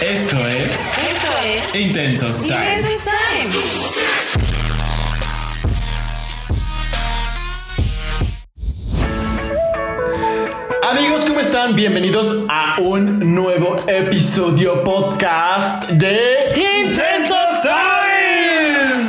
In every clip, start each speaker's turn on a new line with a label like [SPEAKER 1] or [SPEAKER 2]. [SPEAKER 1] Esto es
[SPEAKER 2] Esto es
[SPEAKER 1] Intensos Time.
[SPEAKER 2] Intensos Time.
[SPEAKER 1] Amigos, ¿cómo están? Bienvenidos a un nuevo episodio podcast de Intensos Time.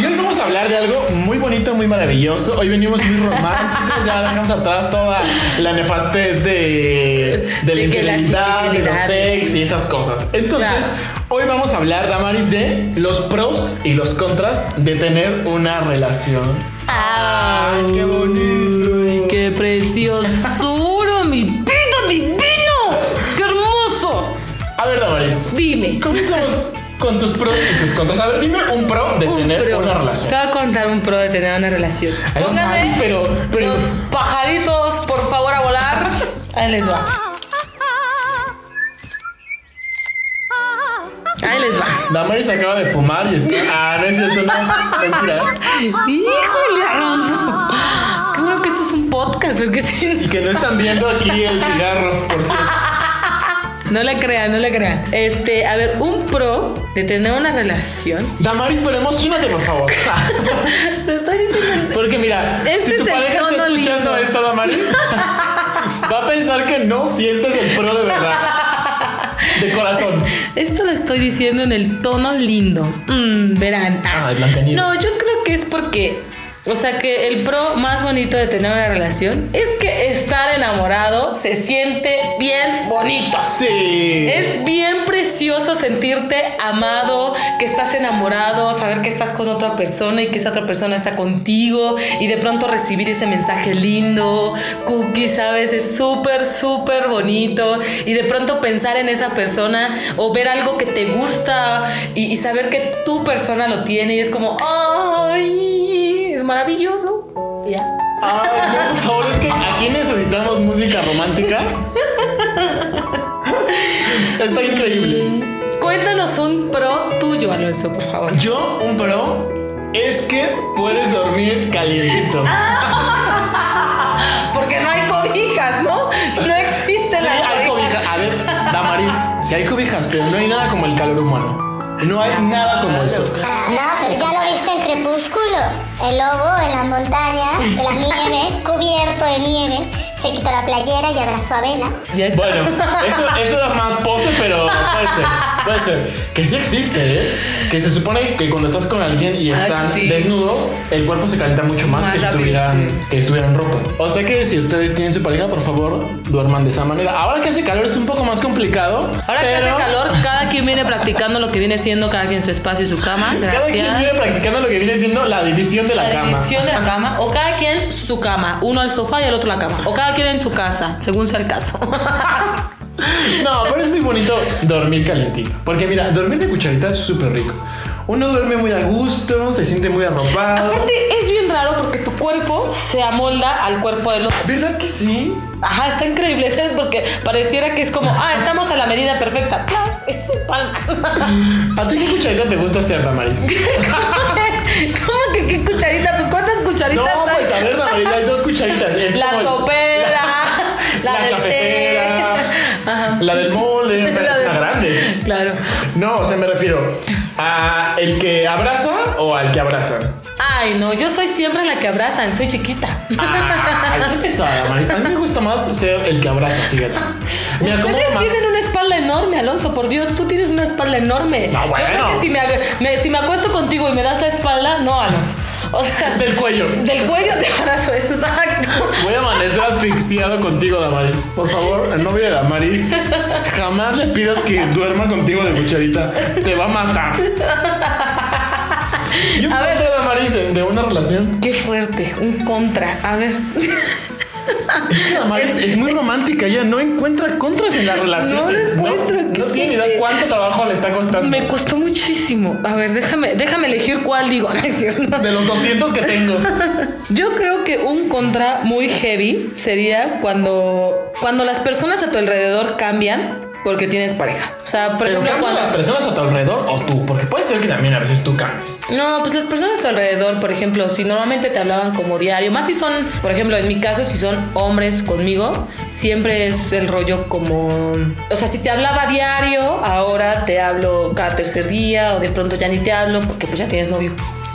[SPEAKER 1] Y hoy vamos a hablar de algo muy bonito, muy maravilloso. Hoy venimos muy románticos, ya dejamos atrás toda la nefastez de, de la
[SPEAKER 2] De que la
[SPEAKER 1] infidelidad, de los
[SPEAKER 2] infidelidad.
[SPEAKER 1] sex y esas cosas. Entonces, hoy vamos a hablar, Damaris, de los pros y los contras de tener una relación
[SPEAKER 2] Ah,
[SPEAKER 1] qué bonito.
[SPEAKER 2] Ay, qué preciosura, mi vida divino. Qué hermoso.
[SPEAKER 1] A ver, Damaris.
[SPEAKER 2] Dime.
[SPEAKER 1] Comenzamos con tus pros y tus contras. A ver, dime un pro de
[SPEAKER 2] un
[SPEAKER 1] tener
[SPEAKER 2] pro.
[SPEAKER 1] una relación.
[SPEAKER 2] Te voy a contar un pro de tener una relación.
[SPEAKER 1] Ay, no mames, pero- pero-
[SPEAKER 2] los pajaritos, por favor, a volar. Ahí les va. Ahí les va.
[SPEAKER 1] Damaris acaba de fumar y está. Ah, no es cierto, no. Mentira. ¿eh?
[SPEAKER 2] Híjole, Alonso. Qué bueno que esto es un podcast, porque si
[SPEAKER 1] Y que no están viendo aquí el cigarro, por cierto.
[SPEAKER 2] No le crean, no le crean. Este, a ver, un pro de tener una relación.
[SPEAKER 1] Damaris, pero emocionate, por favor.
[SPEAKER 2] Lo estoy diciendo.
[SPEAKER 1] Porque mira,
[SPEAKER 2] Este
[SPEAKER 1] si tu
[SPEAKER 2] es el
[SPEAKER 1] pareja
[SPEAKER 2] tono
[SPEAKER 1] está escuchando
[SPEAKER 2] lindo.
[SPEAKER 1] esto, Damaris, va a pensar que no sientes el pro de verdad. De corazón.
[SPEAKER 2] Esto lo estoy diciendo en el tono lindo. Mm, verán. Ah.
[SPEAKER 1] Ay, Blancanieves.
[SPEAKER 2] No, yo creo que es porque. O sea que el pro más bonito de tener una relación es que estar enamorado se siente bien bonito.
[SPEAKER 1] Sí.
[SPEAKER 2] Es bien precioso sentirte amado, que estás enamorado, saber que estás con otra persona y que esa otra persona está contigo y de pronto recibir ese mensaje lindo, cookie, sabes, es súper, súper bonito y de pronto pensar en esa persona o ver algo que te gusta y, y saber que tu persona lo tiene y es como, ¡ay! Es maravilloso. Y Ya.
[SPEAKER 1] Ay, no, por favor, es que aquí necesitamos música romántica. Está increíble.
[SPEAKER 2] Cuéntanos un pro tuyo, Alonso, por favor.
[SPEAKER 1] Yo, un pro, es que puedes dormir calientito.
[SPEAKER 2] Porque no hay cobijas, ¿no? No existe
[SPEAKER 1] Sí,
[SPEAKER 2] la
[SPEAKER 1] hay
[SPEAKER 2] cobija.
[SPEAKER 1] cobijas. A ver, Damaris, si hay cobijas, pero no hay nada como el calor humano. No hay nada como eso.
[SPEAKER 3] No, ya lo viste en Crepúsculo. El lobo en las montañas, en la nieve, cubierto de nieve, se quitó la playera y abrazó a Vela.
[SPEAKER 2] Ya está.
[SPEAKER 1] Bueno, eso, eso era más pose, pero puede ser. Puede ser. Que sí existe, ¿eh? Que se supone que cuando estás con alguien y
[SPEAKER 2] Ah,
[SPEAKER 1] están
[SPEAKER 2] eso sí.
[SPEAKER 1] desnudos, el cuerpo se calienta mucho más,
[SPEAKER 2] Más
[SPEAKER 1] que, si
[SPEAKER 2] rápido,
[SPEAKER 1] tuvieran,
[SPEAKER 2] sí.
[SPEAKER 1] que estuvieran ropa. O sea que si ustedes tienen su pareja, por favor, duerman de esa manera. Ahora que hace calor es un poco más complicado.
[SPEAKER 2] Ahora que hace
[SPEAKER 1] pero
[SPEAKER 2] calor, cada quien viene practicando lo que viene siendo cada quien su espacio y su cama. Gracias.
[SPEAKER 1] Cada quien viene practicando lo que viene siendo la división de la,
[SPEAKER 2] la
[SPEAKER 1] cama.
[SPEAKER 2] división de la cama o cada quien su cama, uno al sofá y el otro a la cama o cada quien en su casa, según sea el caso.
[SPEAKER 1] No, pero es muy bonito dormir calientito. Porque mira, dormir de cucharita es súper rico. Uno duerme muy a gusto, se siente muy arropado.
[SPEAKER 2] Aparte es bien raro porque tu cuerpo se amolda al cuerpo del otro.
[SPEAKER 1] ¿Verdad que sí?
[SPEAKER 2] Ajá, está increíble, ¿sabes? Porque pareciera que es como, ah, estamos a la medida perfecta. Plas, es en palma.
[SPEAKER 1] ¿A ti qué cucharita te gusta hacer, Damaris?
[SPEAKER 2] ¿Cómo que qué cucharita? Pues cuántas
[SPEAKER 1] No,
[SPEAKER 2] cucharitas hay?
[SPEAKER 1] pues a ver, Damaris, hay dos cucharitas. Es
[SPEAKER 2] La
[SPEAKER 1] como el-
[SPEAKER 2] sopera, la,
[SPEAKER 1] la
[SPEAKER 2] del
[SPEAKER 1] cafetera,
[SPEAKER 2] té. Ajá.
[SPEAKER 1] la del mole, o sea,
[SPEAKER 2] La
[SPEAKER 1] es
[SPEAKER 2] del-
[SPEAKER 1] una grande.
[SPEAKER 2] Claro.
[SPEAKER 1] No, o sea, me refiero a el que abraza o al que abraza.
[SPEAKER 2] Ay, no, yo soy siempre la que abrazan, soy chiquita.
[SPEAKER 1] Ah, Ay, qué pesada, Damaris. A mí me gusta más ser el que abraza, fíjate. Me acomodo
[SPEAKER 2] Ustedes
[SPEAKER 1] más.
[SPEAKER 2] tienen una espalda enorme, Alonso, por Dios, tú tienes una espalda enorme.
[SPEAKER 1] No,
[SPEAKER 2] Yo creo
[SPEAKER 1] bueno.
[SPEAKER 2] que si me, ag- me- si me acuesto contigo y me das la espalda, no, Alonso. O sea,
[SPEAKER 1] Del cuello.
[SPEAKER 2] del cuello te abrazo, exacto.
[SPEAKER 1] Voy a amanecer asfixiado contigo, Damaris. Por favor, al novio de Damaris, jamás le pidas que duerma contigo de cucharita. Te va a matar. Yo
[SPEAKER 2] A
[SPEAKER 1] a
[SPEAKER 2] ver.
[SPEAKER 1] ver, Damaris, de, de una relación.
[SPEAKER 2] Qué fuerte, un contra. A ver.
[SPEAKER 1] Damaris es muy romántica, ella no encuentra contras en la relación.
[SPEAKER 2] No lo encuentro, qué
[SPEAKER 1] No, tiene ni idea
[SPEAKER 2] fuerte.
[SPEAKER 1] cuánto trabajo le está costando.
[SPEAKER 2] Me costó muchísimo. A ver, déjame, déjame elegir cuál digo. No es cierto.
[SPEAKER 1] De los 200 que tengo.
[SPEAKER 2] Yo creo que un contra muy heavy sería cuando, cuando las personas a tu alrededor cambian porque tienes pareja. O sea, por
[SPEAKER 1] Pero
[SPEAKER 2] ejemplo,
[SPEAKER 1] cambian
[SPEAKER 2] cuando.
[SPEAKER 1] las personas a tu alrededor o tú, porque puede ser que también a veces tú cambies.
[SPEAKER 2] No, pues las personas a tu alrededor, por ejemplo, si normalmente te hablaban como diario, más si son, por ejemplo, en mi caso, si son hombres conmigo, siempre es el rollo como, o sea, si te hablaba diario, ahora te hablo cada tercer día o de pronto ya ni te hablo porque pues ya tienes novio.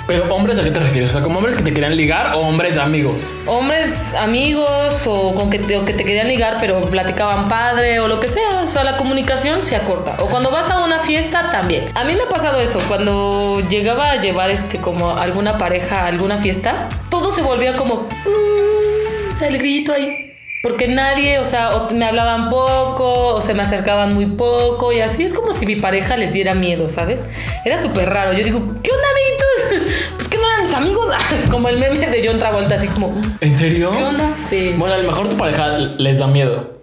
[SPEAKER 1] Pero hombres, ¿a qué te refieres? O sea, como hombres que te querían ligar o hombres amigos.
[SPEAKER 2] Hombres, amigos o con que te, o que te querían ligar pero platicaban padre o lo que sea, o sea, la comunicación se acorta. O cuando vas a una fiesta también. A mí me ha pasado eso, cuando llegaba a llevar este como alguna pareja a alguna fiesta, todo se volvía como "Mm", o sea, el grito ahí. Porque nadie, o sea, o me hablaban poco, o se me acercaban muy poco, y así es como si mi pareja les diera miedo, ¿sabes? Era súper raro. Yo digo, ¿qué onda, amiguitos? Pues que no eran mis amigos. Como el meme de John Travolta, así como,
[SPEAKER 1] ¿En serio?
[SPEAKER 2] ¿Qué onda? Sí.
[SPEAKER 1] Bueno, a lo mejor tu pareja les da miedo.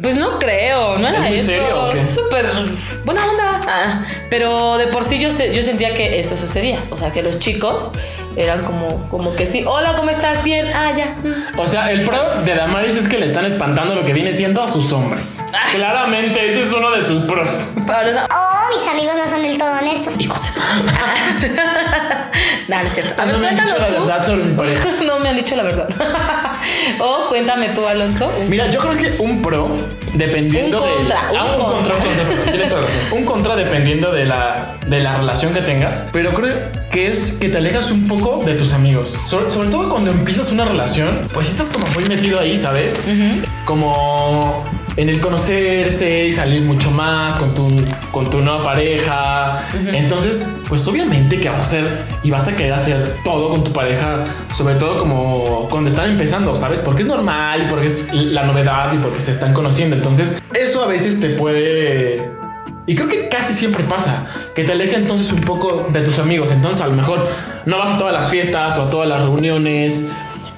[SPEAKER 2] Pues no creo, no era
[SPEAKER 1] ¿Es muy
[SPEAKER 2] eso.
[SPEAKER 1] serio o qué?
[SPEAKER 2] Súper buena onda. Ah, pero de por sí yo, se- yo sentía que eso sucedía. O sea, que los chicos eran como, como que sí. Hola, ¿cómo estás? Bien. Ah, ya. Mm.
[SPEAKER 1] O sea, el pro de Damaris es que le están espantando lo que viene siendo a sus hombres. Claramente, ese es uno de sus pros.
[SPEAKER 2] Para los-
[SPEAKER 3] Oh, mis amigos no son del todo honestos.
[SPEAKER 1] Hijos de su
[SPEAKER 2] Nah, no es cierto. A
[SPEAKER 1] Ah,
[SPEAKER 2] ver,
[SPEAKER 1] no me han dicho
[SPEAKER 2] cuéntanos
[SPEAKER 1] la
[SPEAKER 2] tú.
[SPEAKER 1] verdad sobre mi pareja.
[SPEAKER 2] no me han dicho la verdad. o cuéntame tú, Alonso.
[SPEAKER 1] Mira, yo creo que un pro, dependiendo
[SPEAKER 2] Un
[SPEAKER 1] del-
[SPEAKER 2] contra, un
[SPEAKER 1] Ah, un contra, un contra, perdón, tienes toda la razón. Un contra dependiendo de la, de la relación que tengas. Pero creo que es que te alejas un poco de tus amigos. Sobre, sobre todo cuando empiezas una relación, pues estás como muy metido ahí, ¿sabes? Como en el conocerse y salir mucho más con tu, con tu nueva pareja. Entonces, pues obviamente que vas a hacer y vas a querer hacer todo con tu pareja, sobre todo como cuando están empezando, ¿sabes? Porque es normal y porque es la novedad y porque se están conociendo. Entonces, eso a veces te puede... Y creo que casi siempre pasa, que te aleja entonces un poco de tus amigos. Entonces, a lo mejor no vas a todas las fiestas o a todas las reuniones.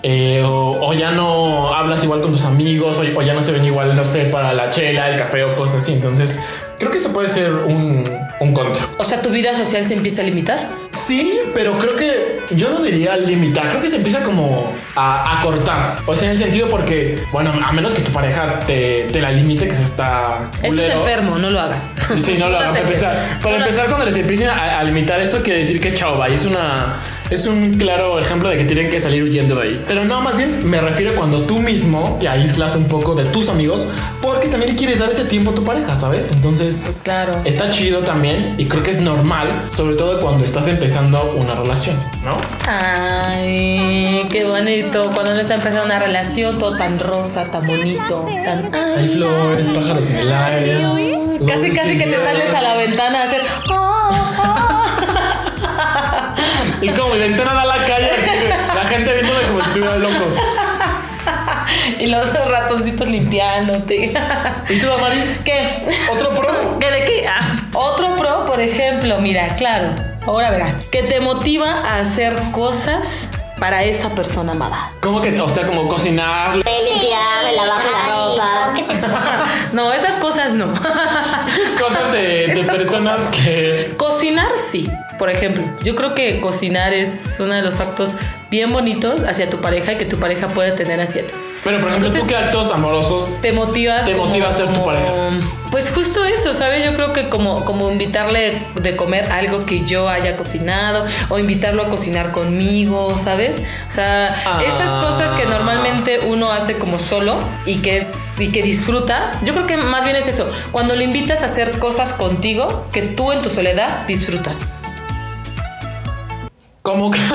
[SPEAKER 1] eh, o, o ya no hablas igual con tus amigos, o, o ya no se ven igual, no sé, para la chela, el café o cosas así. Entonces, creo que eso puede ser un, un contra.
[SPEAKER 2] O sea, tu vida social se empieza a limitar.
[SPEAKER 1] Sí, pero creo que yo no diría limitar, creo que se empieza como a, a cortar. O sea, en el sentido porque, bueno, a menos que tu pareja te, te la limite, que se está...
[SPEAKER 2] Eso es
[SPEAKER 1] culero.
[SPEAKER 2] enfermo, no lo hagan.
[SPEAKER 1] Sí, no lo hagan.
[SPEAKER 2] se-
[SPEAKER 1] Para empezar, para
[SPEAKER 2] no lo-
[SPEAKER 1] empezar cuando les empiecen a, a limitar eso, quiere decir que chao, bye. Es, una, es un claro ejemplo de que tienen que salir huyendo de ahí. Pero no, más bien me refiero cuando tú mismo te aíslas un poco de tus amigos porque también quieres dar ese tiempo a tu pareja, ¿sabes? Entonces
[SPEAKER 2] Claro.
[SPEAKER 1] está chido también y creo que es normal, sobre todo cuando estás empezando una relación, ¿no?
[SPEAKER 2] Ay, qué bonito. Cuando uno está empezando una relación, todo tan rosa, tan bonito, tan.
[SPEAKER 1] Hay
[SPEAKER 2] Ay,
[SPEAKER 1] flores, pájaros en el aire.
[SPEAKER 2] casi,
[SPEAKER 1] luces
[SPEAKER 2] casi que te
[SPEAKER 1] en-
[SPEAKER 2] sales a la ventana a hacer.
[SPEAKER 1] Y como ventana da la calle, así que la gente viéndome como si estuviera loco.
[SPEAKER 2] Y los ratoncitos limpiándote.
[SPEAKER 1] ¿Y tú, Damaris?
[SPEAKER 2] ¿Qué?
[SPEAKER 1] ¿Otro pro?
[SPEAKER 2] ¿Qué de qué? Ah, Otro pro, por ejemplo, mira, claro. Ahora verás. Que te motiva a hacer cosas para esa persona amada.
[SPEAKER 1] ¿Cómo que? O sea, como cocinar.
[SPEAKER 3] El limpiar, el lavar la ropa. ¿Qué es eso?
[SPEAKER 2] No, esas cosas no.
[SPEAKER 1] Cosas de, de personas que.
[SPEAKER 2] Cocinar sí, por ejemplo. Yo creo que cocinar es uno de los actos bien bonitos hacia tu pareja y que tu pareja puede tener hacia ti.
[SPEAKER 1] Pero por ejemplo,
[SPEAKER 2] Entonces-
[SPEAKER 1] tú qué actos amorosos.
[SPEAKER 2] Te motivas.
[SPEAKER 1] Te motiva a ser tu pareja.
[SPEAKER 2] Pues justo eso, ¿sabes? Yo creo que como, como invitarle de comer algo que yo haya cocinado o invitarlo a cocinar conmigo, ¿sabes? O sea,
[SPEAKER 1] Ah.
[SPEAKER 2] esas cosas que normalmente uno hace como solo y que, es, y que disfruta. Yo creo que más bien es eso. Cuando le invitas a hacer cosas contigo que tú en tu soledad disfrutas.
[SPEAKER 1] Como que.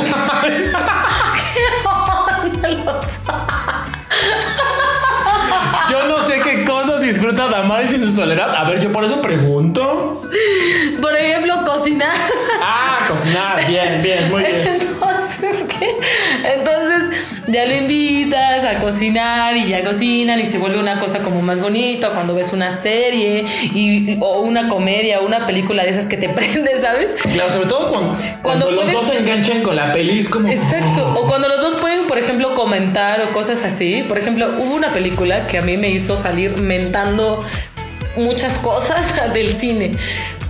[SPEAKER 1] Yo no sé qué cosas disfruta Damaris en su soledad. A ver, yo por eso pregunto.
[SPEAKER 2] Por ejemplo, cocinar.
[SPEAKER 1] Ah, cocinar. Bien, bien, muy bien.
[SPEAKER 2] Entonces, ¿qué? Entonces, ya lo invitas a cocinar y ya cocinan y se vuelve una cosa como más bonita cuando ves una serie y, o una comedia o una película de esas que te prende, ¿sabes?
[SPEAKER 1] Claro, sobre todo cuando, cuando,
[SPEAKER 2] Cuando
[SPEAKER 1] los
[SPEAKER 2] puedes-
[SPEAKER 1] dos se enganchan con la peli, es como.
[SPEAKER 2] Exacto. O cuando los dos pueden, por ejemplo, comentar o cosas así. Por ejemplo, hubo una película que a mí me hizo salir mentando muchas cosas del cine.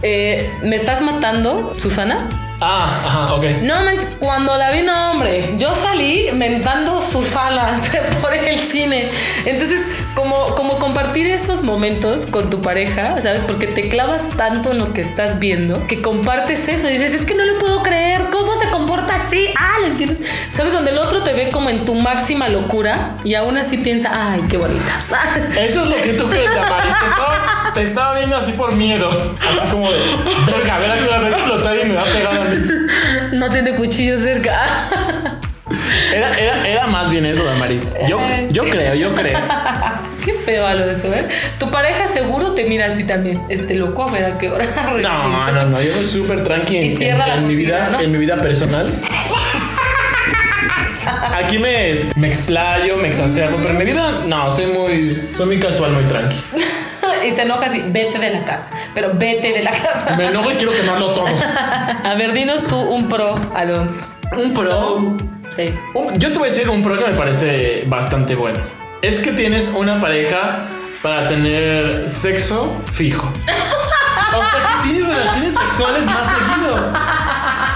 [SPEAKER 2] Eh, ¿Me estás matando, Susana?
[SPEAKER 1] Ah, ajá, ok.
[SPEAKER 2] No manches, cuando la vi, no, hombre, yo salí mentando sus alas por el cine. Entonces, como, como compartir esos momentos con tu pareja, ¿sabes? Porque te clavas tanto en lo que estás viendo que compartes eso y dices, es que no lo puedo creer, ¿cómo se comporta así? Ah, ¿lo entiendes? ¿Sabes? Donde el otro te ve como en tu máxima locura y aún así piensa, ay, qué bonita.
[SPEAKER 1] Eso es lo que tú crees, Damaris. Te estaba, te estaba viendo así por miedo. Así como de, verga, a ver, aquí la va a explotar y me va a pegar a mí.
[SPEAKER 2] no tiene cuchillo cerca.
[SPEAKER 1] Era, era, era más bien eso, Damaris. Yo, yo creo, yo creo.
[SPEAKER 2] Qué feo a lo de eso, ¿eh? Tu pareja seguro te mira así también. Este loco, a ver a qué hora.
[SPEAKER 1] No, no, no, yo soy súper tranqui en,
[SPEAKER 2] Y cierra
[SPEAKER 1] en-
[SPEAKER 2] la
[SPEAKER 1] en mi
[SPEAKER 2] cocina,
[SPEAKER 1] vida,
[SPEAKER 2] ¿no?
[SPEAKER 1] en mi vida personal. Aquí me, me explayo, me exacerbo, pero en mi vida, no, soy muy, soy muy casual, muy tranqui.
[SPEAKER 2] y te enojas y vete de la casa. Pero vete de la casa.
[SPEAKER 1] Me enojo y quiero quemarlo todo.
[SPEAKER 2] A ver, dinos tú un pro, Alonso.
[SPEAKER 1] Un pro.
[SPEAKER 2] So- sí.
[SPEAKER 1] Un- Yo te voy a decir un pro que me parece bastante bueno. Es que tienes una pareja para tener sexo fijo. O sea, que tienes relaciones sexuales más seguido.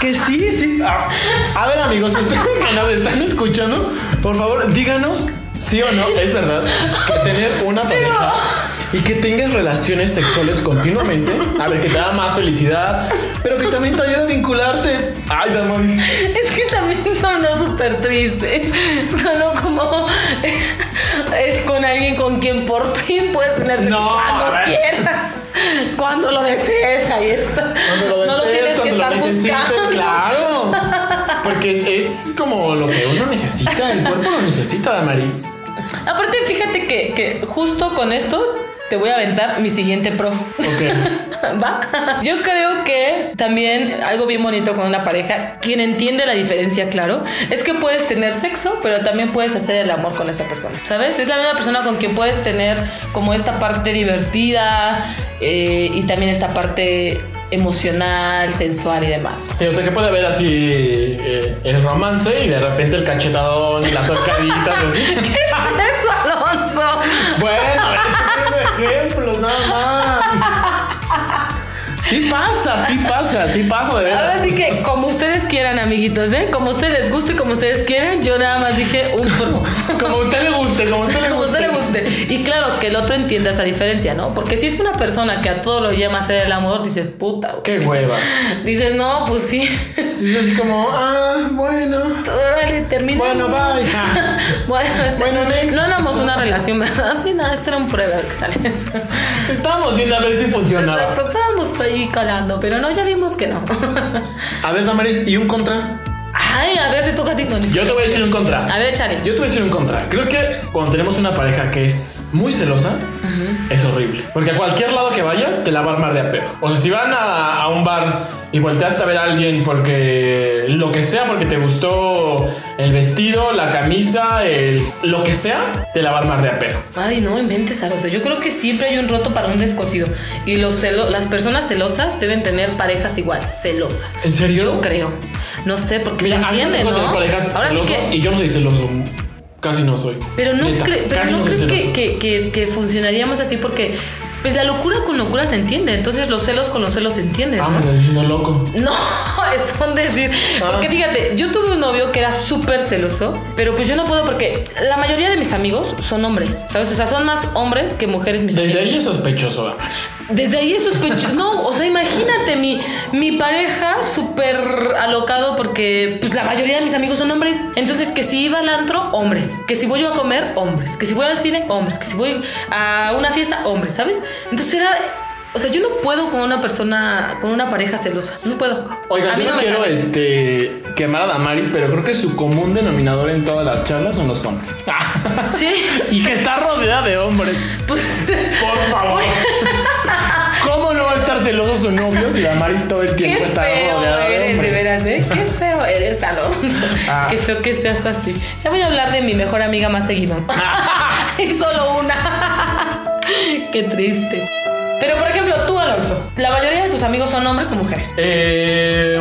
[SPEAKER 1] Que sí, sí. Ah, A ver, amigos, si ustedes que nos están escuchando, por favor, díganos sí o no. Es verdad que tener una pareja y que tengas relaciones sexuales continuamente, a ver, que te da más felicidad, pero que también te ayuda a vincularte. Ay, Damaris.
[SPEAKER 2] Es que también sonó súper triste. Sonó como es con alguien con quien por fin puedes tener sexo
[SPEAKER 1] No,
[SPEAKER 2] cuando
[SPEAKER 1] a ver.
[SPEAKER 2] quieras. Cuando lo desees, ahí está.
[SPEAKER 1] Cuando lo
[SPEAKER 2] no lo
[SPEAKER 1] desees,
[SPEAKER 2] tienes que
[SPEAKER 1] cuando lo
[SPEAKER 2] estar
[SPEAKER 1] necesites,
[SPEAKER 2] buscando.
[SPEAKER 1] claro. Porque es como lo que uno necesita, el cuerpo lo necesita, Damaris.
[SPEAKER 2] Aparte, fíjate que, que justo con esto te voy a aventar mi siguiente pro.
[SPEAKER 1] Ok.
[SPEAKER 2] ¿Va? Yo creo que también algo bien bonito con una pareja, quien entiende la diferencia, claro, es que puedes tener sexo, pero también puedes hacer el amor con esa persona, ¿sabes? Es la misma persona con quien puedes tener como esta parte divertida eh, y también esta parte emocional, sensual y demás.
[SPEAKER 1] Sí, o sea que puede haber así eh, el romance y de repente el cachetadón y las horcaditas, así.
[SPEAKER 2] ¿Qué es eso, Alonso?
[SPEAKER 1] Bueno, es un ejemplo, nada más. Sí pasa, sí pasa, sí pasa, de verdad.
[SPEAKER 2] Ahora sí que como ustedes quieran, amiguitos, ¿eh? Como a ustedes les guste, como ustedes quieran, yo nada más dije un pro.
[SPEAKER 1] Como a usted le guste, como a usted le
[SPEAKER 2] Como a
[SPEAKER 1] guste.
[SPEAKER 2] usted le guste. Y claro, que el otro entienda esa diferencia, ¿no? Porque si es una persona que a todo lo llama hacer el amor, dices, puta, güey.
[SPEAKER 1] Qué hueva.
[SPEAKER 2] Dices, no, pues sí.
[SPEAKER 1] Sí, es así como, ah, bueno.
[SPEAKER 2] Órale, termina.
[SPEAKER 1] Bueno, bye.
[SPEAKER 2] Bueno, este,
[SPEAKER 1] Bueno,
[SPEAKER 2] no-
[SPEAKER 1] next.
[SPEAKER 2] no éramos una relación, ¿verdad? Sí, nada, esto era un prueba que sale.
[SPEAKER 1] Estábamos viendo a ver si funcionaba.
[SPEAKER 2] Pues estábamos ahí calando, pero no, ya vimos que no.
[SPEAKER 1] A ver, Damaris, ¿y un contra?
[SPEAKER 2] Ay, a ver, te toca a ti con eso.
[SPEAKER 1] Yo te voy a decir un contra.
[SPEAKER 2] A ver, échale.
[SPEAKER 1] Yo te voy a decir un contra. Creo que cuando tenemos una pareja que es muy celosa, es horrible. Porque a cualquier lado que vayas, te la va a armar de a pedo. O sea, si van a, a un bar y volteaste a ver a alguien porque lo que sea, porque te gustó el vestido, la camisa, el, lo que sea, te la va a armar de a pedo.
[SPEAKER 2] Ay, no inventes, Alonso. Yo creo que siempre hay un roto para un descosido. Y los celo- las personas celosas deben tener parejas igual, celosas.
[SPEAKER 1] ¿En serio?
[SPEAKER 2] Yo creo. No sé, porque
[SPEAKER 1] Mira,
[SPEAKER 2] se
[SPEAKER 1] a mí me
[SPEAKER 2] entiende,
[SPEAKER 1] toca tener
[SPEAKER 2] ¿no?
[SPEAKER 1] parejas
[SPEAKER 2] Ahora sí
[SPEAKER 1] celosas
[SPEAKER 2] que.
[SPEAKER 1] y yo no soy celoso. Casi no soy.
[SPEAKER 2] Pero no,
[SPEAKER 1] Neta,
[SPEAKER 2] cre- pero
[SPEAKER 1] casi
[SPEAKER 2] no
[SPEAKER 1] soy
[SPEAKER 2] crees que,
[SPEAKER 1] celoso.
[SPEAKER 2] que- que- que funcionaríamos así porque. Pues la locura con locura se entiende. Entonces los celos con los celos se entienden. ¿no?
[SPEAKER 1] Vamos, Ah, diciendo loco.
[SPEAKER 2] No, es un decir.
[SPEAKER 1] Ah.
[SPEAKER 2] Porque fíjate, yo tuve un novio que era súper celoso, pero pues yo no puedo porque la mayoría de mis amigos son hombres, ¿sabes? O sea, son más hombres que mujeres mis amigos.
[SPEAKER 1] Desde ahí es sospechoso, Damaris.
[SPEAKER 2] Desde ahí es sospechoso. No, o sea, imagínate mi, mi pareja súper alocado porque pues la mayoría de mis amigos son hombres. Entonces, que si iba al antro, hombres. Que si voy yo a comer, hombres. Que si voy al cine, hombres. Que si voy a una fiesta, hombres, ¿sabes? Entonces era... O sea, yo no puedo con una persona, con una pareja celosa. No puedo.
[SPEAKER 1] Oiga,
[SPEAKER 2] A mí
[SPEAKER 1] yo no,
[SPEAKER 2] me
[SPEAKER 1] quiero
[SPEAKER 2] sale.
[SPEAKER 1] este quemar a Damaris, pero creo que su común denominador en todas las charlas son los hombres.
[SPEAKER 2] Ah. Sí,
[SPEAKER 1] y que está rodeada de hombres.
[SPEAKER 2] pues...
[SPEAKER 1] Por favor. ¿Cómo no va a estar celoso su novio si Damaris todo el
[SPEAKER 2] Qué
[SPEAKER 1] tiempo está
[SPEAKER 2] feo
[SPEAKER 1] rodeada de
[SPEAKER 2] eres, de
[SPEAKER 1] hombres?
[SPEAKER 2] veras, ¿eh? Qué feo eres, Alonso.
[SPEAKER 1] Ah.
[SPEAKER 2] Qué feo que seas así. Ya voy a hablar de mi mejor amiga más seguido.
[SPEAKER 1] Ah.
[SPEAKER 2] y solo una. Qué triste. Pero, por ejemplo, tú, Alonso, amoroso? ¿La mayoría de tus amigos son hombres o mujeres?
[SPEAKER 1] Eh,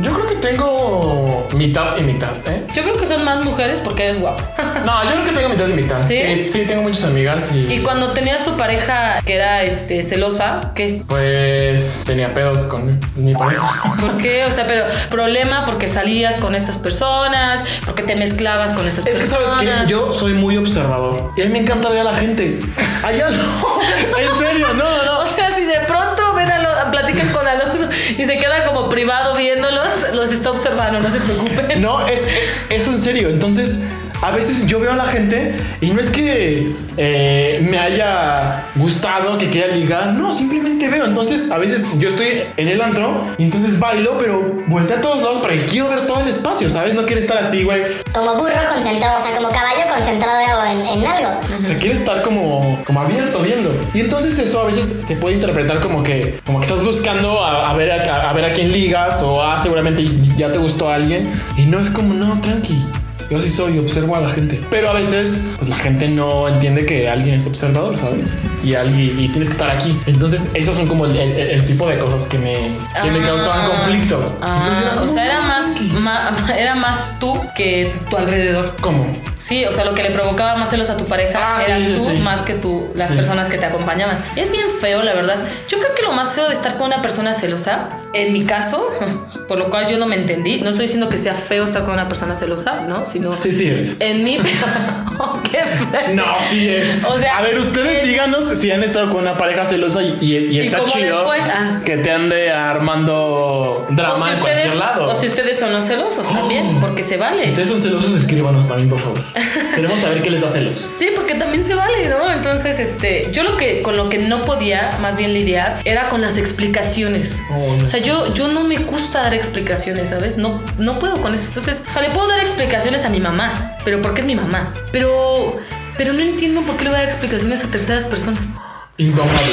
[SPEAKER 1] yo creo que tengo mitad y mitad, ¿eh?
[SPEAKER 2] Yo creo que son más mujeres porque eres guapo.
[SPEAKER 1] No, yo creo que tengo mitad y mitad.
[SPEAKER 2] ¿Sí?
[SPEAKER 1] Sí, sí, tengo muchas amigas y.
[SPEAKER 2] Y cuando tenías tu pareja que era este celosa, ¿qué?
[SPEAKER 1] Pues tenía pedos con mi pareja.
[SPEAKER 2] ¿Por qué? O sea, pero problema porque salías con estas personas, porque te mezclabas con estas
[SPEAKER 1] Es que
[SPEAKER 2] personas.
[SPEAKER 1] sabes que yo soy muy observador y a mí me encanta ver a la gente. Allá no. En serio, no, no, no.
[SPEAKER 2] O sea, si de pronto ven a Alonso, platican con Alonso y se queda como privado viéndolos, los está observando, no se preocupen.
[SPEAKER 1] No, es, es en serio. Entonces, a veces yo veo a la gente y no es que eh, me haya gustado, que quiera ligar. No, simplemente veo. Entonces, a veces yo estoy en el antro y entonces bailo, pero volteo a todos lados porque quiero ver todo el espacio, ¿sabes? No quiero estar así, güey.
[SPEAKER 3] Como burro concentrado, o sea, como caballo concentrado en, en algo.
[SPEAKER 1] O sea, quiere estar como, como abierto, viendo. Y entonces eso a veces se puede interpretar como que, como que estás buscando a, a ver a, a ver a quién ligas o ah, seguramente ya te gustó a alguien. Y no es como, no, tranqui. Yo sí soy, observo a la gente. Pero a veces, pues la gente no entiende que alguien es observador, ¿sabes? Y alguien, y tienes que estar aquí. Entonces, esos son como el, el- el tipo de cosas que me, que me
[SPEAKER 2] Ah.
[SPEAKER 1] causaban conflicto. Entonces
[SPEAKER 2] Ah,
[SPEAKER 1] era
[SPEAKER 2] o sea, era
[SPEAKER 1] como,
[SPEAKER 2] más, ma- era más tú que tu alrededor.
[SPEAKER 1] ¿Cómo?
[SPEAKER 2] Sí, o sea, lo que le provocaba más celos a tu pareja
[SPEAKER 1] Ah, sí,
[SPEAKER 2] eras
[SPEAKER 1] sí,
[SPEAKER 2] tú
[SPEAKER 1] sí.
[SPEAKER 2] más que tú, las
[SPEAKER 1] Sí.
[SPEAKER 2] personas que te acompañaban. Es bien feo, la verdad. Yo creo que lo más feo de estar con una persona celosa, en mi caso, por lo cual yo no me entendí, no estoy diciendo que sea feo estar con una persona celosa, ¿no? Sino
[SPEAKER 1] Sí, sí es.
[SPEAKER 2] en mi... oh, ¡Qué feo!
[SPEAKER 1] No, sí es.
[SPEAKER 2] O sea,
[SPEAKER 1] a ver, ustedes
[SPEAKER 2] el-
[SPEAKER 1] díganos si han estado con una pareja celosa y, y- y
[SPEAKER 2] ¿Y
[SPEAKER 1] está
[SPEAKER 2] cómo les
[SPEAKER 1] chido
[SPEAKER 2] fue? Ah.
[SPEAKER 1] que te ande armando drama
[SPEAKER 2] O si,
[SPEAKER 1] en cualquier
[SPEAKER 2] ustedes,
[SPEAKER 1] lado. Oh.
[SPEAKER 2] o si ustedes son los celosos también, porque se vale.
[SPEAKER 1] Si ustedes son celosos, escríbanos también, por favor. Queremos saber qué les da celos.
[SPEAKER 2] Sí, porque también se vale, ¿no? Entonces, este, yo lo que con lo que no podía más bien lidiar era con las explicaciones.
[SPEAKER 1] Oh, no
[SPEAKER 2] o sea,
[SPEAKER 1] sé.
[SPEAKER 2] yo yo no me gusta dar explicaciones, ¿sabes? No no puedo con eso. Entonces, o sea, le puedo dar explicaciones a mi mamá, pero porque es mi mamá. Pero pero no entiendo por qué le voy a dar explicaciones a terceras personas.
[SPEAKER 1] Indomable.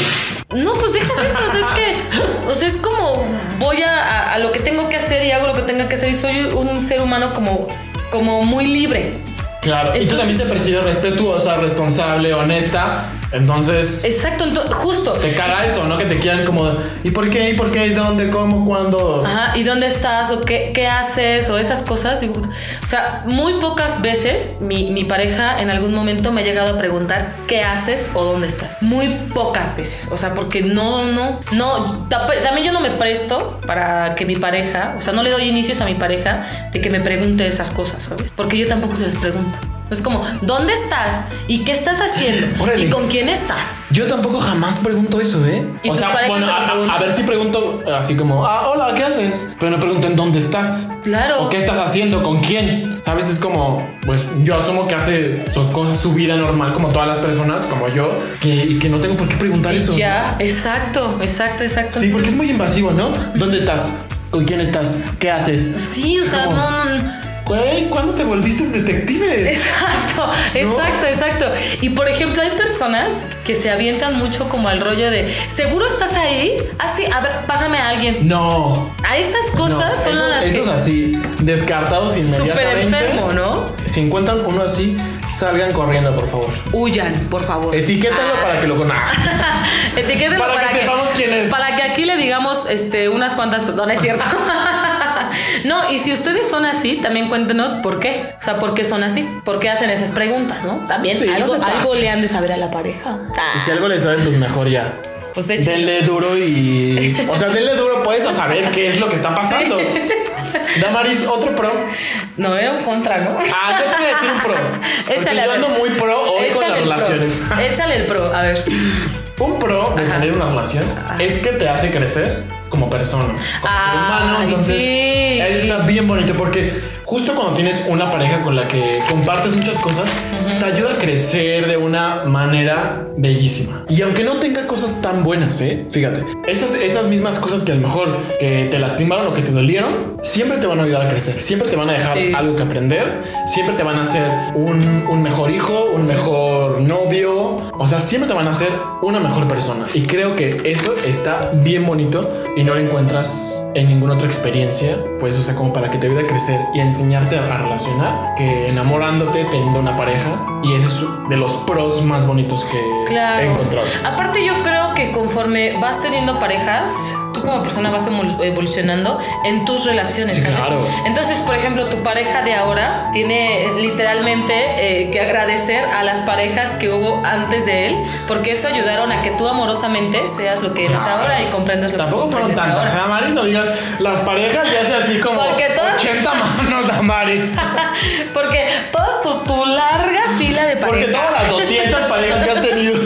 [SPEAKER 2] No, pues déjame eso. O sea, es que, o sea, es como voy a, a- a lo que tengo que hacer y hago lo que tenga que hacer y soy un ser humano como, como muy libre.
[SPEAKER 1] Claro. y tú
[SPEAKER 2] Entonces-
[SPEAKER 1] también te percibes respetuosa, responsable, honesta. Entonces,
[SPEAKER 2] Exacto, ento- justo.
[SPEAKER 1] te caga eso, ¿no? Que te quieran como, ¿y por qué? ¿Y por qué? ¿Y dónde? ¿Cómo? ¿Cuándo?
[SPEAKER 2] Ajá, ¿y dónde estás? ¿O qué, qué haces? O esas cosas. Digo, o sea, muy pocas veces mi, mi pareja en algún momento me ha llegado a preguntar qué haces o dónde estás. Muy pocas veces. O sea, porque no, no, no. tap- También yo no me presto para que mi pareja, o sea, no le doy inicios a mi pareja de que me pregunte esas cosas, ¿sabes? Porque yo tampoco se les pregunto. Es como, ¿dónde estás? ¿Y qué estás haciendo?
[SPEAKER 1] Órale.
[SPEAKER 2] ¿Y con quién estás?
[SPEAKER 1] Yo tampoco jamás pregunto eso, ¿eh?
[SPEAKER 2] ¿Y
[SPEAKER 1] O
[SPEAKER 2] tus
[SPEAKER 1] sea,
[SPEAKER 2] parejas
[SPEAKER 1] bueno,
[SPEAKER 2] te lo
[SPEAKER 1] a, a- a
[SPEAKER 2] preguntan?
[SPEAKER 1] ver si pregunto así como, ah, hola, ¿qué haces? Pero no pregunto en dónde estás.
[SPEAKER 2] Claro.
[SPEAKER 1] ¿O qué estás haciendo? ¿Con quién? ¿Sabes? Es como, pues yo asumo que hace sus cosas, su vida normal, como todas las personas, como yo, que, y que no tengo por qué preguntar eso.
[SPEAKER 2] Y ya, exacto, exacto, exacto.
[SPEAKER 1] Sí, porque es muy invasivo, ¿no? ¿Dónde estás? ¿Con quién estás? ¿Qué haces?
[SPEAKER 2] Sí, o sea,
[SPEAKER 1] Como-
[SPEAKER 2] no, no, no.
[SPEAKER 1] Güey, ¿cuándo te volviste detective?
[SPEAKER 2] Exacto, exacto, exacto. Y por ejemplo, hay personas que se avientan mucho como al rollo de, seguro estás ahí, así, a ver, pásame a alguien.
[SPEAKER 1] No.
[SPEAKER 2] A esas cosas
[SPEAKER 1] no,
[SPEAKER 2] son
[SPEAKER 1] eso,
[SPEAKER 2] las
[SPEAKER 1] eso es
[SPEAKER 2] que
[SPEAKER 1] así, descartados inmediatamente.
[SPEAKER 2] súper enfermo, ¿no?
[SPEAKER 1] Si encuentran uno así, salgan corriendo, por favor.
[SPEAKER 2] Huyan, por favor.
[SPEAKER 1] Etiquétalo
[SPEAKER 2] Ah,
[SPEAKER 1] para que lo conozcan.
[SPEAKER 2] etiquétenlo
[SPEAKER 1] para que sepamos quién es.
[SPEAKER 2] Para que aquí le digamos este, unas cuantas cosas. No, no es cierto. No, y si ustedes son así, también cuéntenos por qué. O sea, por qué son así. ¿Por qué hacen esas preguntas, no? También
[SPEAKER 1] Sí, no
[SPEAKER 2] algo,
[SPEAKER 1] se
[SPEAKER 2] algo
[SPEAKER 1] pasen.
[SPEAKER 2] le han de saber a la pareja. Ah,
[SPEAKER 1] Y si algo les saben, pues mejor ya.
[SPEAKER 2] Pues de hecho.
[SPEAKER 1] Denle duro y. O sea, denle duro, puedes a saber qué es lo que está pasando. Damaris, otro pro.
[SPEAKER 2] No, era un contra, ¿no?
[SPEAKER 1] Ah, yo te voy a decir un pro. Porque
[SPEAKER 2] Échale, a
[SPEAKER 1] yo
[SPEAKER 2] ver.
[SPEAKER 1] ando muy pro hoy con las
[SPEAKER 2] el pro.
[SPEAKER 1] relaciones.
[SPEAKER 2] Échale el pro, a ver.
[SPEAKER 1] Un pro de tener una relación es que te hace crecer como persona, como
[SPEAKER 2] Ay,
[SPEAKER 1] ser humano. Entonces,
[SPEAKER 2] sí.
[SPEAKER 1] eso está bien bonito porque justo cuando tienes una pareja con la que compartes muchas cosas, te ayuda a crecer de una manera bellísima. Y aunque no tenga cosas tan buenas, ¿eh? fíjate, esas, esas mismas cosas que a lo mejor que te lastimaron o que te dolieron, siempre te van a ayudar a crecer, siempre te van a dejar
[SPEAKER 2] Sí.
[SPEAKER 1] algo que aprender, siempre te van a hacer un, un mejor hijo, un mejor novio, o sea, siempre te van a hacer una mejor persona. Y creo que eso está bien bonito y no lo encuentras en ninguna otra experiencia, pues, o sea, como para que te ayude a crecer. Y en enseñarte a a relacionar que enamorándote, teniendo una pareja. Y ese es de los pros más bonitos que
[SPEAKER 2] Claro.
[SPEAKER 1] he encontrado.
[SPEAKER 2] Aparte yo creo que conforme vas teniendo parejas, tú como persona vas emol- evolucionando en tus relaciones.
[SPEAKER 1] Sí,
[SPEAKER 2] ¿sabes?
[SPEAKER 1] claro.
[SPEAKER 2] Entonces, por ejemplo, tu pareja de ahora tiene eh, literalmente eh, que agradecer a las parejas que hubo antes de él, porque eso ayudaron a que tú amorosamente seas lo que eres
[SPEAKER 1] Claro.
[SPEAKER 2] ahora y comprendas lo
[SPEAKER 1] Tampoco
[SPEAKER 2] que
[SPEAKER 1] fueron
[SPEAKER 2] comprendes
[SPEAKER 1] tantas. ¿eh?
[SPEAKER 2] ahora.
[SPEAKER 1] Amaris, no digas, las parejas ya es así como
[SPEAKER 2] Porque todas-
[SPEAKER 1] 80 manos, Amaris.
[SPEAKER 2] Porque toda tu, tu larga fila de parejas.
[SPEAKER 1] Porque todas las 200 parejas que has tenido.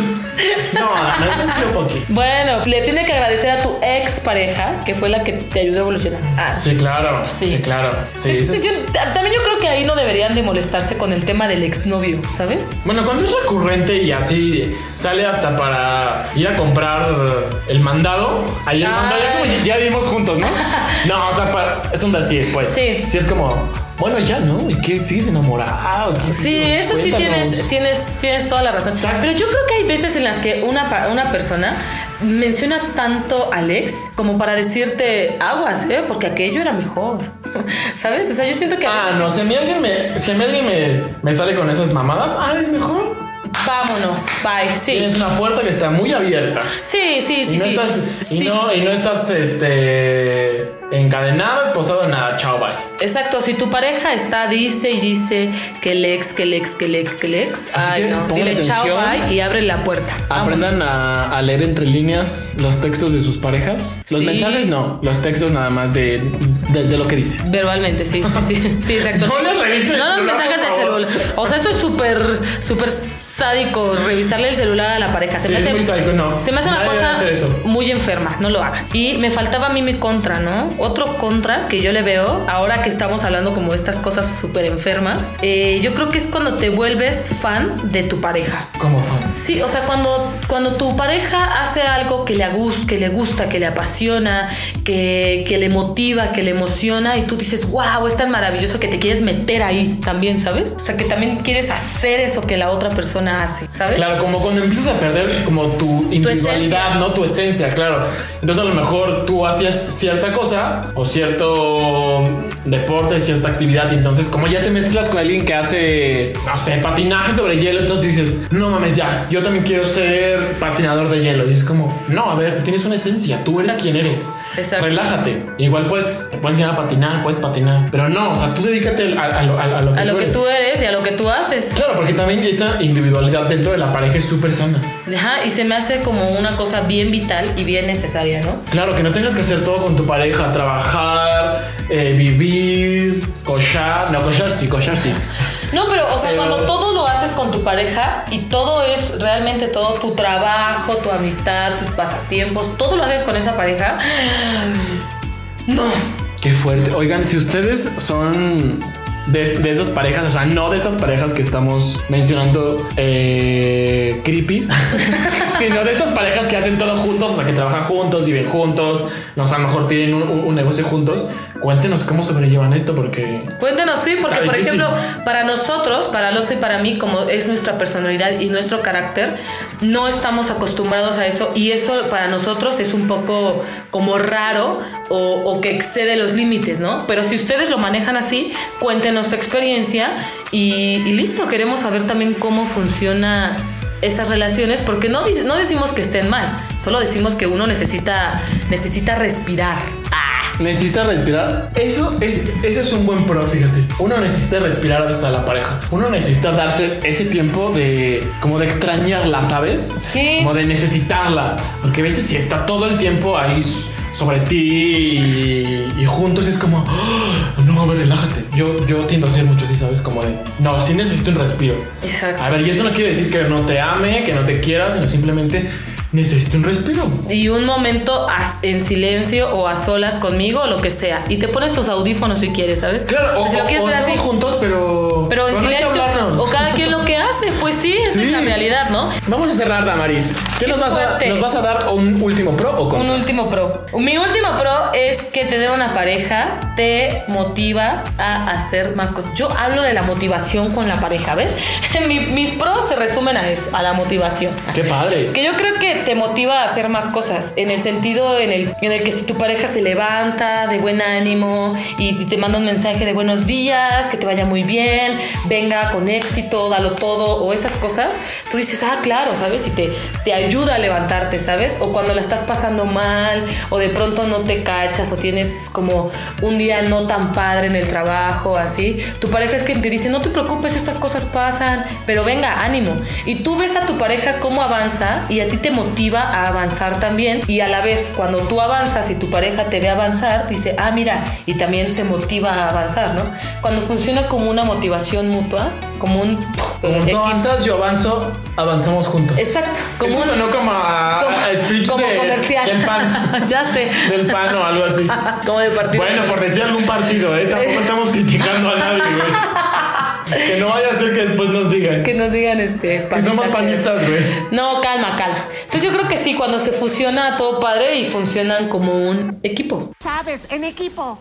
[SPEAKER 1] No, no es un poquito.
[SPEAKER 2] Bueno, le tiene que agradecer a tu ex pareja, que fue la que te ayudó a evolucionar. Ah,
[SPEAKER 1] Sí, claro.
[SPEAKER 2] Sí.
[SPEAKER 1] Sí, claro. Sí,
[SPEAKER 2] Sí,
[SPEAKER 1] ese
[SPEAKER 2] sí,
[SPEAKER 1] es-
[SPEAKER 2] yo- ta- también yo creo que ahí no deberían de molestarse con el tema del exnovio, ¿sabes?
[SPEAKER 1] Bueno, cuando es recurrente y así sale hasta para ir a comprar el mandado, ahí el
[SPEAKER 2] Ah.
[SPEAKER 1] mandado ya, como ya vivimos juntos, ¿no? No, o sea, para- es un decir, pues.
[SPEAKER 2] Sí.
[SPEAKER 1] Sí, es como, bueno, ya no, ¿y qué? ¿Sigues enamorado? ¿Qué-
[SPEAKER 2] Sí,
[SPEAKER 1] qué-
[SPEAKER 2] eso sí
[SPEAKER 1] cuéntanos?
[SPEAKER 2] tienes, tienes, tienes toda la razón.
[SPEAKER 1] Exacto.
[SPEAKER 2] Pero yo creo que hay veces en las que una, pa- una persona menciona tanto al ex como para decirte aguas, ¿eh? porque aquello era mejor. ¿Sabes? O sea, yo siento que a
[SPEAKER 1] Ah,
[SPEAKER 2] veces
[SPEAKER 1] no,
[SPEAKER 2] es-
[SPEAKER 1] si a mí alguien, me, si a mí alguien me, me sale con esas mamadas, ah, es mejor.
[SPEAKER 2] vámonos, bye, sí.
[SPEAKER 1] Tienes una puerta que está muy abierta.
[SPEAKER 2] Sí, sí, sí,
[SPEAKER 1] y no
[SPEAKER 2] sí.
[SPEAKER 1] estás, y
[SPEAKER 2] Sí.
[SPEAKER 1] no, y no estás este encadenado, esposado, nada, chao, bye.
[SPEAKER 2] Exacto, si tu pareja está, dice y dice que el ex, que el ex, que el ex, que el ex,
[SPEAKER 1] Así
[SPEAKER 2] ay
[SPEAKER 1] que
[SPEAKER 2] no,
[SPEAKER 1] pongan
[SPEAKER 2] dile chao,
[SPEAKER 1] atención.
[SPEAKER 2] bye y abre la puerta.
[SPEAKER 1] Aprendan
[SPEAKER 2] Vámonos.
[SPEAKER 1] a, a leer entre líneas los textos de sus parejas. Los
[SPEAKER 2] Sí.
[SPEAKER 1] mensajes no, los textos nada más de, de, de lo que dice.
[SPEAKER 2] Verbalmente, sí, sí, sí, sí, exacto.
[SPEAKER 1] No le revisen el
[SPEAKER 2] No los
[SPEAKER 1] celular,
[SPEAKER 2] mensajes
[SPEAKER 1] por
[SPEAKER 2] del
[SPEAKER 1] favor.
[SPEAKER 2] celular. O sea, eso es súper, súper sádico, revisarle el celular a la pareja. Se
[SPEAKER 1] Sí,
[SPEAKER 2] me
[SPEAKER 1] es
[SPEAKER 2] hace,
[SPEAKER 1] muy sádico, no.
[SPEAKER 2] Se me hace una
[SPEAKER 1] Nadie debe
[SPEAKER 2] cosa
[SPEAKER 1] hacer eso.
[SPEAKER 2] muy enferma, no lo hagan. Y me faltaba a mí mi contra, ¿no? Otro contra que yo le veo, ahora que estamos hablando como estas cosas súper enfermas, eh, yo creo que es cuando te vuelves fan de tu pareja.
[SPEAKER 1] Como fan.
[SPEAKER 2] Sí, o sea, cuando, cuando tu pareja hace algo que le, agus- que le gusta, que le apasiona, que, que le motiva, que le emociona, y tú dices, wow, es tan maravilloso que te quieres meter ahí también, ¿sabes? O sea, que también quieres hacer eso que la otra persona hace, ¿sabes?
[SPEAKER 1] Claro, como cuando empiezas a perder como tu individualidad,
[SPEAKER 2] esencia.
[SPEAKER 1] ¿no? Tu esencia, claro. Entonces a lo mejor tú hacías cierta cosa o cierto deporte, cierta actividad. Y entonces como ya te mezclas con alguien que hace, no sé, patinaje sobre hielo, entonces dices, no mames ya, yo también quiero ser patinador de hielo. Y es como, no, a ver, tú tienes una esencia, tú eres
[SPEAKER 2] Exacto.
[SPEAKER 1] quien eres.
[SPEAKER 2] Exacto.
[SPEAKER 1] Relájate. Igual puedes, te pueden enseñar a patinar, puedes patinar. Pero no, o sea, tú dedícate a, a lo, a- a lo que
[SPEAKER 2] A lo que
[SPEAKER 1] eres.
[SPEAKER 2] tú eres y a lo que tú haces.
[SPEAKER 1] Claro, porque también esa individualidad dentro de la pareja es súper sana.
[SPEAKER 2] Ajá, y se me hace como una cosa bien vital y bien necesaria, ¿no?
[SPEAKER 1] Claro, que no tengas que hacer todo con tu pareja, trabajar, eh, vivir, cochar, no cochar sí, cochar sí.
[SPEAKER 2] No, pero, o sea,
[SPEAKER 1] Pero-
[SPEAKER 2] cuando todo lo haces con tu pareja y todo es realmente todo tu trabajo, tu amistad, tus pasatiempos, todo lo haces con esa pareja. No.
[SPEAKER 1] Qué fuerte. Oigan, si ustedes son de, de esas parejas, o sea, no de estas parejas que estamos mencionando eh, creepies, sino de estas parejas que hacen todo juntos, o sea, que trabajan juntos, viven juntos, no, o sea, a lo mejor tienen un, un- un negocio juntos. Cuéntenos cómo sobrellevan esto, porque
[SPEAKER 2] Cuéntanos, sí, porque
[SPEAKER 1] Está
[SPEAKER 2] por
[SPEAKER 1] difícil.
[SPEAKER 2] ejemplo, para nosotros, para Alonso y para mí, como es nuestra personalidad y nuestro carácter, no estamos acostumbrados a eso y eso para nosotros es un poco como raro o, o que excede los límites, ¿no? Pero si ustedes lo manejan así, cuéntenos su experiencia y, y listo, queremos saber también cómo funciona esas relaciones porque no, di- no decimos que estén mal, solo decimos que uno necesita, necesita respirar. Ah.
[SPEAKER 1] Necesita respirar. Eso es, ese es un buen pro, fíjate. Uno necesita respirar a veces a la pareja. Uno necesita darse ese tiempo de como de extrañarla, ¿sabes?
[SPEAKER 2] Sí.
[SPEAKER 1] Como de necesitarla. Porque a veces si está todo el tiempo ahí s- sobre ti y, y juntos es como, "Ah, no, a ver, relájate. Yo, yo tiendo a ser mucho así, ¿sabes? Como de, no, sí necesito un respiro.
[SPEAKER 2] Exacto.
[SPEAKER 1] A ver, y eso no quiere decir que no te ame, que no te quiera, sino simplemente necesito un respiro.
[SPEAKER 2] y un momento as- en silencio o a solas conmigo o lo que sea. Y te pones tus audífonos si quieres, ¿sabes?
[SPEAKER 1] Claro,
[SPEAKER 2] O sea,
[SPEAKER 1] o,
[SPEAKER 2] si lo quieres
[SPEAKER 1] o
[SPEAKER 2] ver así.
[SPEAKER 1] estamos juntos, pero.
[SPEAKER 2] Pero en
[SPEAKER 1] no hay que
[SPEAKER 2] silencio.
[SPEAKER 1] hablarnos.
[SPEAKER 2] O cada quien lo que pase, pues sí, esa
[SPEAKER 1] Sí.
[SPEAKER 2] es la realidad, ¿no?
[SPEAKER 1] Vamos a cerrar, Damaris. ¿Qué,
[SPEAKER 2] Qué
[SPEAKER 1] nos vas, a,
[SPEAKER 2] fuerte.
[SPEAKER 1] nos vas a dar un último pro o
[SPEAKER 2] Un
[SPEAKER 1] contra?
[SPEAKER 2] último pro. Mi último pro es que tener una pareja te motiva a hacer más cosas. Yo hablo de la motivación con la pareja, ¿ves? Mi- mis pros se resumen a eso, a la motivación.
[SPEAKER 1] Qué padre.
[SPEAKER 2] Que yo creo que te motiva a hacer más cosas, en el sentido en el, en el que si tu pareja se levanta de buen ánimo y, y te manda un mensaje de buenos días, que te vaya muy bien, venga con éxito, dalo todo, o esas cosas, tú dices, ah, claro, ¿sabes? Y te, te ayuda a levantarte, ¿sabes? O cuando la estás pasando mal, o de pronto no te cachas, o tienes como un día no tan padre en el trabajo, así, tu pareja es que te dice, no te preocupes, estas cosas pasan, pero venga, ánimo. Y tú ves a tu pareja cómo avanza y a ti te motiva a avanzar también. Y a la vez, cuando tú avanzas y tu pareja te ve avanzar, dice, ah, mira, y también se motiva a avanzar, ¿no? Cuando funciona como una motivación mutua, como un...
[SPEAKER 1] Como tú avanzas, yo avanzo, avanzamos juntos.
[SPEAKER 2] Exacto, como
[SPEAKER 1] Eso
[SPEAKER 2] un...
[SPEAKER 1] sonó como a,
[SPEAKER 2] como-
[SPEAKER 1] a speech
[SPEAKER 2] como
[SPEAKER 1] de-
[SPEAKER 2] comercial.
[SPEAKER 1] del pan.
[SPEAKER 2] ya sé.
[SPEAKER 1] del pan o algo así.
[SPEAKER 2] como de partido.
[SPEAKER 1] Bueno, por decir algún partido, ¿eh? Tampoco estamos criticando a nadie, güey. Que no vaya a ser que después nos digan.
[SPEAKER 2] Que nos digan este...
[SPEAKER 1] Que somos panistas, güey.
[SPEAKER 2] No, calma, calma. Entonces yo creo que sí, cuando se fusiona todo padre y funcionan como un equipo.
[SPEAKER 4] ¿Sabes? En equipo.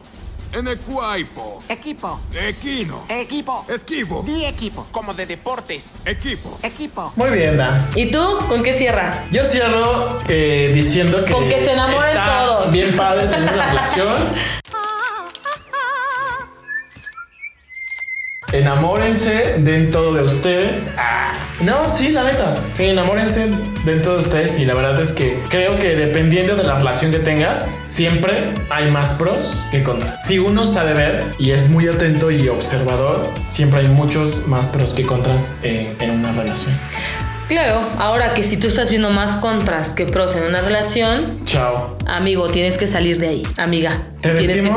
[SPEAKER 5] En equipo.
[SPEAKER 4] Equipo.
[SPEAKER 5] Equino.
[SPEAKER 4] Equipo.
[SPEAKER 5] Esquivo.
[SPEAKER 4] Di equipo.
[SPEAKER 6] como de deportes.
[SPEAKER 5] Equipo.
[SPEAKER 4] Equipo.
[SPEAKER 1] Muy bien, Da.
[SPEAKER 2] ¿Y tú con qué cierras?
[SPEAKER 1] Yo cierro eh, diciendo que.
[SPEAKER 2] Con que se enamoren
[SPEAKER 1] está
[SPEAKER 2] todos.
[SPEAKER 1] Bien padre tener una relación. Enamórense dentro de ustedes. Ah, no, sí, la neta. Sí, enamórense dentro de ustedes. Y la verdad es que creo que dependiendo de la relación que tengas, siempre hay más pros que contras. Si uno sabe ver y es muy atento y observador, siempre hay muchos más pros que contras eh, en una relación.
[SPEAKER 2] Claro, ahora que si tú estás viendo más contras que pros en una relación,
[SPEAKER 1] Chao.
[SPEAKER 2] amigo, tienes que salir de ahí. Amiga,
[SPEAKER 1] Te
[SPEAKER 2] tienes que
[SPEAKER 1] decimos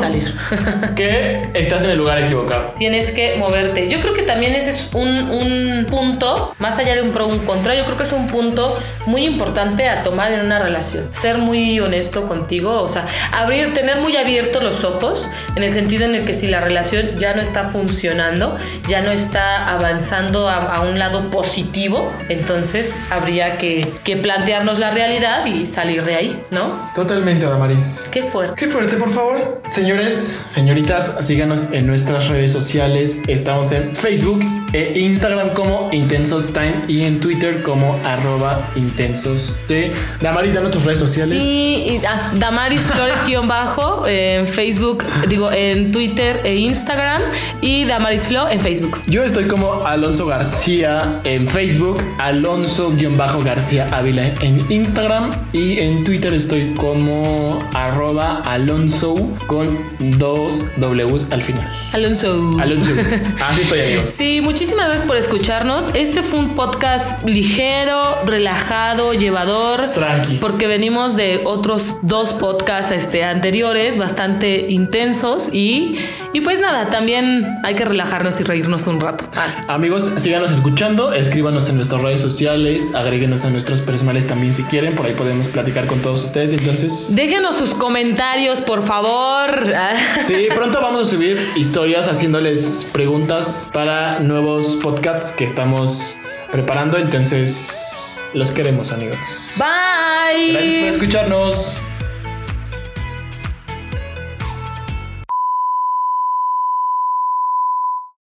[SPEAKER 2] salir.
[SPEAKER 1] que estás en el lugar equivocado.
[SPEAKER 2] Tienes que moverte. Yo creo que también ese es un, un punto, más allá de un pro un contra, yo creo que es un punto muy importante a tomar en una relación. Ser muy honesto contigo, o sea, abrir, tener muy abiertos los ojos, en el sentido en el que si la relación ya no está funcionando, ya no está avanzando a, a un lado positivo, entonces habría que, que plantearnos la realidad y salir de ahí, ¿no?
[SPEAKER 1] Totalmente, Damaris.
[SPEAKER 2] Qué fuerte.
[SPEAKER 1] Qué fuerte, por favor. Señores, señoritas, síganos en nuestras redes sociales. Estamos en Facebook e Instagram como Intensos Time y en Twitter como arroba Intensos T. Damaris, danos tus redes sociales.
[SPEAKER 2] Sí, y- ah, Damaris Flores guión bajo eh, en Facebook, digo en Twitter e Instagram y Damaris Flo en Facebook.
[SPEAKER 1] Yo estoy como Alonso García en Facebook, Alonso-García Ávila en Instagram y en Twitter estoy como arroba Alonso con dos Ws al final.
[SPEAKER 2] Alonso.
[SPEAKER 1] Alonso. Así estoy, amigos.
[SPEAKER 2] Sí, muchísimas gracias por escucharnos. Este fue un podcast ligero, relajado, llevador.
[SPEAKER 1] Tranqui.
[SPEAKER 2] Porque venimos de otros dos podcasts este, anteriores, bastante intensos. Y, y pues nada, también hay que relajarnos y reírnos un rato. Ah.
[SPEAKER 1] Amigos, síganos escuchando, escríbanos en nuestras redes sociales, agréguenos a nuestros personales también si quieren, por ahí podemos platicar con todos ustedes. Entonces,
[SPEAKER 2] Déjenos sus comentarios, por favor. Ah.
[SPEAKER 1] sí, pronto vamos a subir historias haciéndoles preguntas para nuevos podcasts que estamos preparando. Entonces, los queremos, amigos.
[SPEAKER 2] Bye.
[SPEAKER 1] Gracias por escucharnos.